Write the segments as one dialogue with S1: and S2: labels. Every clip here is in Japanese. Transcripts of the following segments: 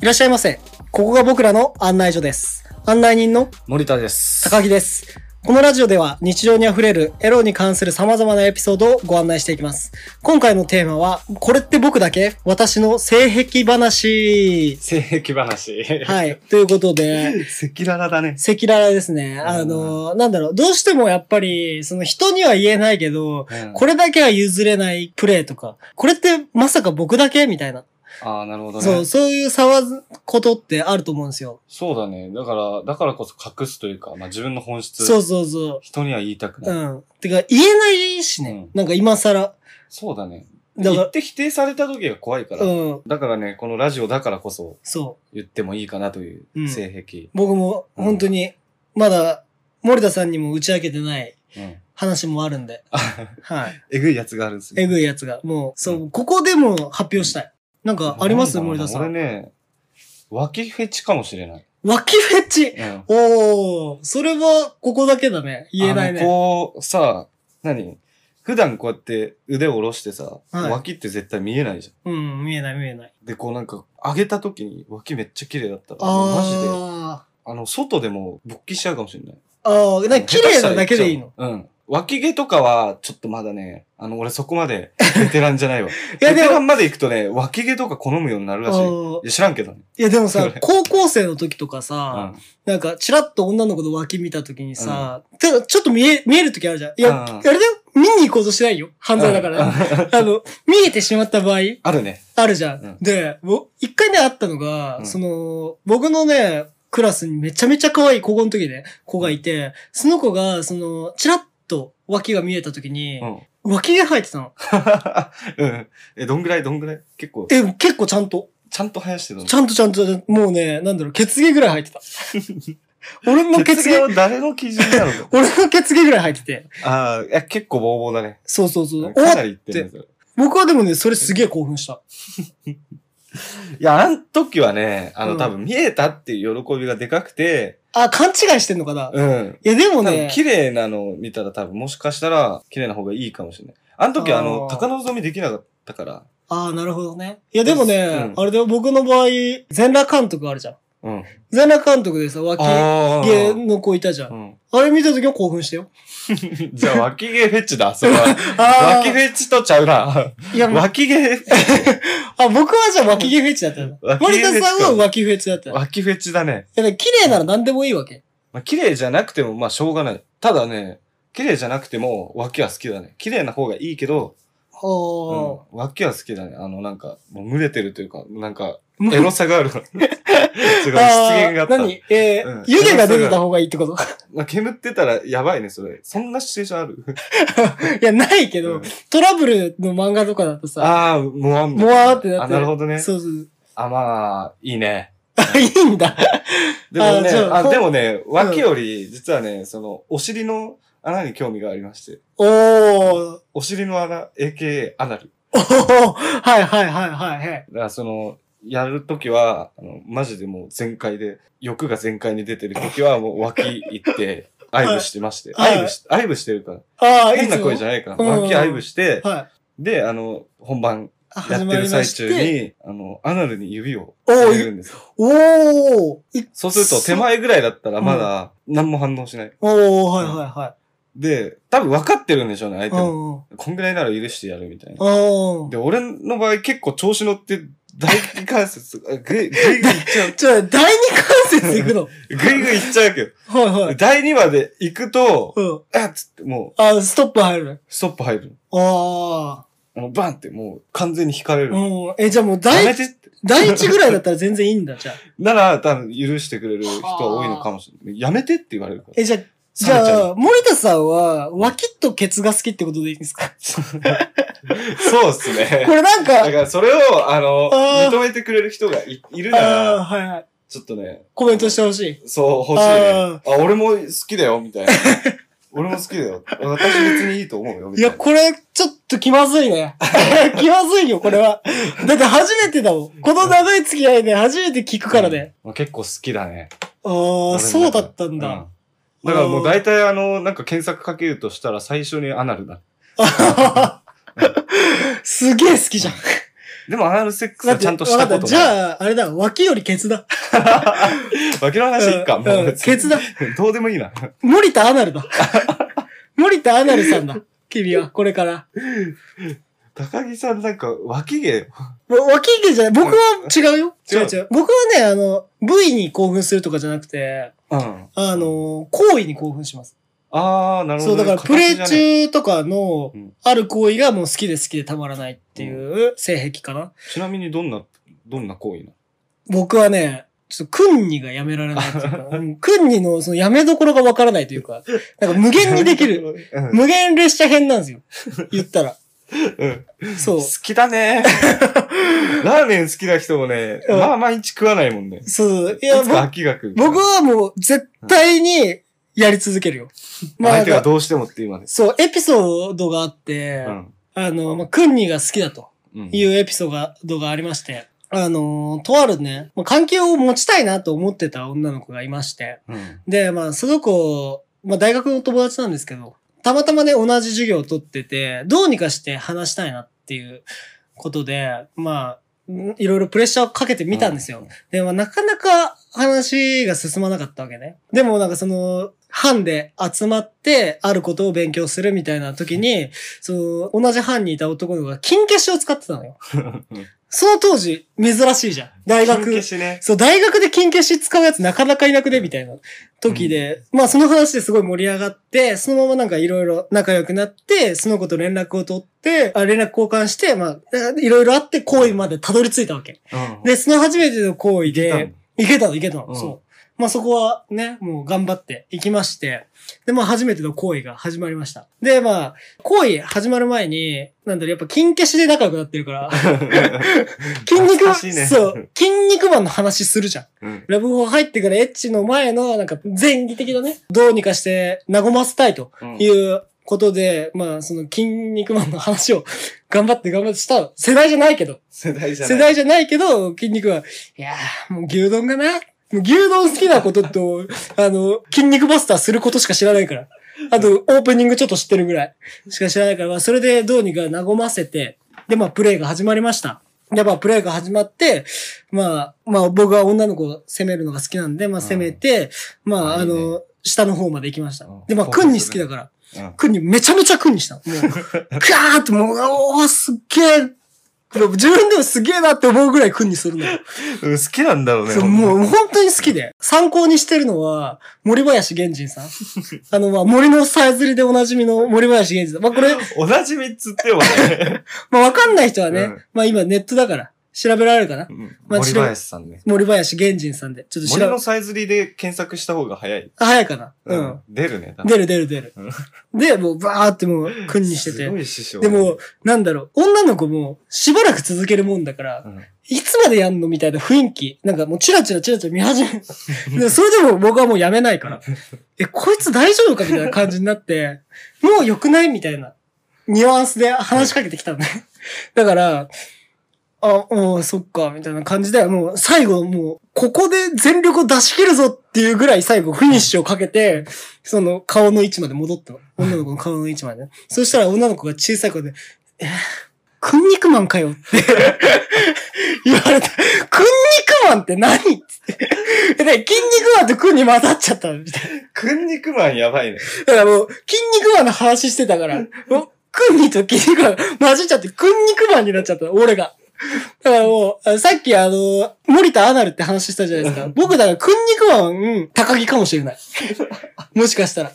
S1: いらっしゃいませ。ここが僕らの案内所です。案内人の
S2: 森田です。
S1: 高木です。このラジオでは日常に溢れるエロに関する様々なエピソードをご案内していきます。今回のテーマは、これって僕だけ私の性癖話。
S2: 性癖話。
S1: はい。ということで、
S2: 赤裸々だね。
S1: 赤裸々ですね。あの、なんだろう、どうしてもやっぱり、その人には言えないけど、こ
S2: れ。
S1: れだけは譲れないプレイとか、これってまさか僕だけみたいな。
S2: ああ、なるほどね。
S1: そ、
S2: そうう
S1: そういう差は、ことってあると思うんですよ。
S2: だね。だから、だからこそ隠すというか、まあ自分の本質。
S1: そうそうそ
S2: 人には言いたく
S1: う。
S2: ない。
S1: うん。てか、言えないしね。なんか今更。
S2: そうだね。
S1: だ
S2: 言
S1: か
S2: って否定された時が怖いから。
S1: ら、うん。
S2: だからね、このラジオだからこそ
S1: そう。
S2: 言ってもいいかなという
S1: うん
S2: 性癖。
S1: 僕も、本当に、まだ、森田さんにも打ち明けてない
S2: うん。
S1: 話もあるん で。はい。
S2: えぐいやつがあるんですよ。
S1: えぐいやつが。もう、そうう、ここでも発表したい。なんか、あります
S2: なんだろ
S1: 森
S2: うな
S1: 田さ
S2: 俺
S1: ん。
S2: ね、脇フェチかもしれない。
S1: 脇フェチ
S2: うん。
S1: おー、それは、ここだけだね。言えない
S2: あの
S1: ね。
S2: こう、さ、何普段こうやって腕を下ろしてさ、
S1: はい
S2: 脇って絶対見えないじゃ
S1: うん、見えない見えない。
S2: ん。で、こうなんか、上げた時に脇めっちゃ綺麗だったら、もうマジで、
S1: あ
S2: あの、外でも勃起しちゃうかもしれない。
S1: ー。あー、なんか綺麗なだけでいい
S2: 下
S1: の。
S2: 手したら行っちゃう。うん。脇毛とかは、ちょっとまだね、あの、俺そこ まで、ベテランじゃないわ。
S1: いや
S2: ベテ
S1: で
S2: ラ
S1: も、
S2: ンまで行くとね、脇毛とか好むようになる
S1: あ
S2: らしい。い
S1: ー
S2: や、知らんけどね。
S1: いやでもさ
S2: それ、
S1: 高校生の時とか
S2: うん。
S1: さ
S2: あ、
S1: なんか、チラッと女の子の脇見た時にさ、ちょちょっと見え、見える時あるじゃん。いや、
S2: うん
S1: あれだよ見に行こうとしないよ。犯罪だから。あの、見えてしまった場合、
S2: あ るね。
S1: あるじゃん。
S2: うん
S1: で、ぼ一回ね、あったのが、
S2: うん
S1: その、僕のね、クラスにめちゃめちゃ可愛い高校の時ね、子がいて、その子が、その、チラッと脇が見えた時に
S2: う、ん。
S1: 脇毛生えてたの。
S2: うん。え、どんぐらいどんぐらい結構、
S1: え、結構ちゃんと。
S2: ちゃんと生やしてたの
S1: ちゃんとちゃんと、もうね、なんだろう、血毛ぐらい生えてた。 俺の血
S2: 血芸
S1: 毛、
S2: は誰の基準なの か
S1: 俺の血毛ぐらい生えてて。
S2: ああ、いや、結構ボーボーだね。
S1: そうそうそう。
S2: かな
S1: お
S2: りいってるんだよ。
S1: 僕はでもね、それすげえ興奮した。
S2: いや、あの時はね、あの、
S1: うん
S2: 多分見えたっていう喜びがでかくて、
S1: あ、勘違いしてんのかな、い
S2: うん。
S1: や、でも
S2: 多分
S1: ね、
S2: 綺麗なのを見たら多分もしかしたら綺麗な方がいいかもしれない。あの時はあ
S1: あ
S2: の、
S1: ー
S2: 高望みできなかったから。
S1: ああ、なるほどね。いや、でもね、
S2: うん
S1: あれだよ、僕の場合、全裸監督あるじゃん。
S2: うん。
S1: 全裸監督でさ、脇
S2: あ
S1: 毛の子いたじゃん。
S2: うん、
S1: あれ見た時は興奮したよ。
S2: じゃあ、脇毛フェチだ、それは。
S1: あ
S2: 脇フェチとちゃうな。
S1: いや、
S2: 脇毛、
S1: あ、僕はじゃあ脇毛フェチだったんだ。
S2: 脇毛
S1: 森
S2: フェ
S1: 田
S2: チか
S1: さんは脇フェチだったんだ。い
S2: 脇フェチだね。
S1: や、だから綺麗なら何でもいいわけ。
S2: まあ、綺麗じゃなくても、まあ、しょうがない。ただね、綺麗じゃなくても、脇は好きだね。綺麗な方がいいけど、うん
S1: は、
S2: 脇は好きだね。あの、なんか、もう群れてるというか、な ん
S1: あ。
S2: か、エロさがある。違う、失言があ
S1: あ
S2: っ
S1: ー
S2: た。
S1: 何えー
S2: うん
S1: 湯気が出てた方がいいってこと
S2: まあ、煙ってたらやばいね、それ。そんなシチュエーションある、
S1: いや、ないけど、
S2: うん
S1: トラブルの漫画とかだとさ、
S2: ああ、もわん
S1: もわーってなって
S2: あ、なるほどね。
S1: そうそう。
S2: あ、まあ、いいね。
S1: あ、いいんだ。
S2: でもね、
S1: あじゃあ
S2: あ
S1: ほん
S2: でもね、脇より、実はね、その、お尻の穴に興味がありまして。
S1: おー。
S2: お尻の穴、AKA アナル。
S1: おーはいはいはいはいはい。
S2: だからその、やるときは、あの、マジでもう全開で、欲が全開に出てるときは、もう脇行って、アイブしてまして。
S1: はい
S2: アイブし、アイブしてるから。
S1: ああ、い
S2: 変な声じ
S1: ゃ
S2: ゃないから。
S1: うんうんうん
S2: 脇アイブして、
S1: はい。
S2: で、あの、本番
S1: あ
S2: やって
S1: 始ま
S2: る最中
S1: りまして
S2: に、あの、アナルに指を
S1: おー
S2: 入れるんですよ。
S1: おーい
S2: そうすると、手前ぐらいだったらまだ、何も反応しない。
S1: おー、はいはいは
S2: で、多分分かってるんでしょうね、相
S1: い。
S2: 手
S1: う
S2: も。
S1: んうん。
S2: こんぐらいなら許してやるみたいな。
S1: うん。
S2: で、俺の場合結構調子乗って、大気関節、あぐいぐいぐい行っちゃう。
S1: ちょ、第二関節行くの
S2: ぐいぐい行っちゃうけど。
S1: はいはい。
S2: 第2話で行くと、
S1: うん。
S2: あっつってもう、
S1: あ、ストップ入る。
S2: ストップ入る。
S1: ああ。
S2: あの、バンってもう完全に引かれる。
S1: うん。え、じゃあもう
S2: やめ
S1: 第、
S2: てって。
S1: 第一ぐらいだったら全然いいんだ、じゃあ。
S2: なら、多分許してくれる人は多いのかもしれない。やめてって言われるから。
S1: え、じゃあ、じ
S2: 冷めちゃ
S1: ゃあ、森田さんは、脇とケツが好きってことでいいんですか
S2: そうっす
S1: こ
S2: ね。
S1: れなん
S2: だか
S1: か、
S2: ら、それを、あの、
S1: あー
S2: 認めてくれる人がいいるな
S1: ああ、
S2: ら、
S1: はいはい。
S2: ちょっとね、
S1: コメントしてほしい。
S2: そう、欲しいね
S1: あ。
S2: あ、俺も好きだよ、みた いな。俺も好きだよ。私別にいいと思うよ、み
S1: い
S2: たい
S1: や、
S2: な。
S1: これ、ちょっと気まずいね。 気まずいよ、これは。だって初めてだもん。この長い付き合いで初めて聞くからね。
S2: まあ結構好きだね。
S1: ああ、そうだったんだ。
S2: うん。だからもう大体あの、なんか検索かけるとしたら最初にアナルだ。
S1: すげえ好きじゃん。
S2: でも、アナルセックス
S1: だっ
S2: は
S1: て、
S2: ちゃんとし
S1: わか
S2: た
S1: った
S2: こと
S1: じ
S2: ない。
S1: ゃあ、あれだ、脇よりケツだ。
S2: 脇の話いいか、
S1: うん
S2: もう
S1: うん
S2: 別に
S1: ケツだ。
S2: どうでもいいな。
S1: 森田アナル だ。森田アナルさんだ。君は、これから。
S2: 高木さんなんか、脇毛、
S1: わ脇毛じゃない。僕は違うよ。
S2: うん
S1: 違う違う。僕はね、あの、部位に興奮するとかじゃなくて、
S2: うん。
S1: あの、行為に興奮します。
S2: ああ、なるほ
S1: そ
S2: ど
S1: う、
S2: ね、
S1: だからプレイ
S2: 形じゃない
S1: 中とかの
S2: うん、
S1: ある行為がもう好きで好きでたまらないっていう性癖かな。
S2: ちなみにどんな、どんな行為なの
S1: 僕はね、ちょっと、クンニがやめられないっていうか、 うんクンニのそのやめどころがわからないというか、なんか無限にでき る。。
S2: うん
S1: 無限列車編なんですよ。言ったら。
S2: うん
S1: そう
S2: 好。き だね。ラーメン好きな人もね、
S1: うん
S2: まあ毎日食わないもんね。
S1: そう。い
S2: い
S1: や、
S2: つか
S1: ぼ
S2: 秋が来る。
S1: 僕はもう絶対にやり続けるよ。まあ、
S2: 相手が
S1: なんか
S2: どうしてもっていうまで。
S1: そう、エピソードがあって
S2: う、ん。
S1: あの、まあ、クンニが好きだと。
S2: うん
S1: いうエピソードがありまして、あのーとあるね、まあ関係を持ちたいなと思ってた女の子がいまして、
S2: うん。
S1: で、まあ、その子、まあ、大学の友達なんですけど、たまたまね、同じ授業を取ってて、どうにかして話したいなっていうことで、まあ、んいろいろプレッシャーをかけてみたんですよ。で、まあ、なかなか話が進まなかったわけね。でも、なんかその、班で集まって、あることを勉強するみたいな時に、その、同じ班にいた男の子が金消しを使ってたのよ。
S2: うん。
S1: その当時、珍しいじゃん。大学。
S2: 金消しね。
S1: そう、大学で金消し使うやつなかなかいなくねみたいな時で、まあその話ですごい盛り上がって、そのままなんかいろいろ仲良くなって、その子と連絡を取って、あ連絡交換して、まあ、いろいろあって行為までたどり着いたわけ。
S2: うん、
S1: で、その初めての行為
S2: いけたの
S1: で、いけたの、いけたの。
S2: うん
S1: そう。まあそこはね、もう頑張って行きまして、で、まあ初めての行為が始まりました。で、まあ、行為始まる前に、なんだろう、やっぱ金消しで仲良くなってるから、 筋肉マ
S2: 懐か
S1: ン、
S2: しいね
S1: そう、筋肉マンの話するじゃん。
S2: うん。
S1: ラブホ入ってからエッチの前の、なんか、前儀的なね、どうにかして和ませたいと
S2: うん
S1: いうことで、まあ、その筋肉マンの話を頑張って頑張ってした。世代じゃないけど、
S2: 世代じゃない。
S1: 世代じゃないけど、筋肉は、いやー、もう牛丼がな、もう牛丼好きなことと、あの、筋肉バスターすることしか知らないから。あと、オープニングちょっと知ってるぐらいしか知らないから、まあそれでどうにか和ませて、で、まあ、プレイが始まりました。で、まあ、プレイが始まって、まあ、まあ、僕は女の子を攻めるのが好きなんで、まあ、攻めて、まあ、あ
S2: いいね
S1: の、下の方まで行きました
S2: うん。
S1: で、まあ、
S2: 興奮
S1: 君に
S2: す
S1: 好きだ
S2: る
S1: から、
S2: うん。
S1: 君にめちゃめちゃ君にしたの。もう、ガーってもう、おー、すっげえ。自分でもすげえなって思うぐらい君にするのよ。
S2: うん好きなんだろうね。
S1: そう、
S2: ほんと
S1: もう本当に好きで。参考にしてるのは、森林源人 さん。あの、まあ、森のさえずりでおなじみの森林源人さん。まあ、これ、
S2: おなじみっつってもね。
S1: まあ、わかんない人はね、
S2: うん
S1: まあ、今ネットだから、調べられるかな。
S2: うん
S1: まあ
S2: 森林さんね。
S1: 森林源人さんで。ちょっと調
S2: 森
S1: べ
S2: の、さえずりで検索した方が早い。
S1: あ早いかな。うん。。
S2: 出るね。多分
S1: 出る出る出る。で、もう、バーってもう、君にして
S2: すご
S1: て。
S2: い師匠。
S1: でも、なんだろう、女の子も、しばらく続けるもんだから
S2: う、ん、
S1: いつまでやんのみたいな雰囲気。なんかもうチラチラチラチラ見始める。でそれでも僕はもうやめないから。え、こいつ大丈夫かみたいな感じになって、もう良くないみたいなニュアンスで話しかけてきたのね。 だから、あ、うん、そっか、みたいな感じで、もう最後もう、ここで全力を出し切るぞっていうぐらい最後フィニッシュをかけて、その顔の位置まで戻ったの。女の子の顔の位置までね。そしたら女の子が小さい声で、えー、クンニクマンかよって。言われた。クンニクマンって何っつって。で、筋肉マンとクンに混ざっちゃったのみたいな。
S2: 筋肉マンやばいね。
S1: だからもう、筋肉マンの話してた から、もうクンニと筋肉マン混じっちゃって、クンニクマンになっちゃったの俺が。だからもう、あさっきあの、森田アナルって話したじゃないですか。僕だから、クンニクマン、うん高木かもしれない。もしかしたら。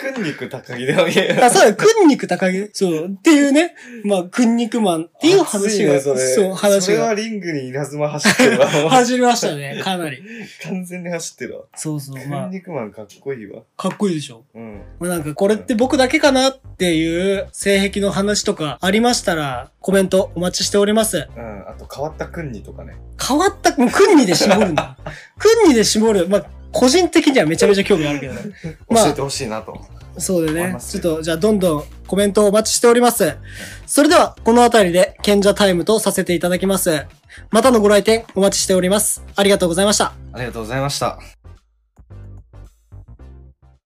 S2: 筋肉高木でもいい。
S1: あ、そうだ、筋肉高木。そう。っていうね。まあ、筋肉マンっていう話が、
S2: 熱いねそれ
S1: そう、
S2: そ
S1: 話
S2: れ
S1: が
S2: は。リングに稲妻走っ てるわ。
S1: 走りましたね、かなり。
S2: 完全に走ってるわ。
S1: そうそう、
S2: 筋
S1: まあ、
S2: 肉マンかっこいいわ。
S1: かっこいいでしょ。
S2: うん。
S1: まあ、なんかこれって僕だけかなっていう性癖の話とかありましたらコメントお待ちしております。
S2: うん。あと変わった筋肉とかね。
S1: 変わった、もうクンニで絞るんだ。 クンニで絞る。まあ、個人的にはめちゃめちゃ興味あるけどね。まあ
S2: 教えてほしいなと。
S1: そうだ
S2: 思い
S1: ね
S2: ま。す
S1: ちょ
S2: よ
S1: っとじゃあどんどんコメントをお待ちしております。それではこの辺りで賢者タイムとさせていただきます。またのご来店お待ちしております。ありがとうございました。
S2: ありがとうございました。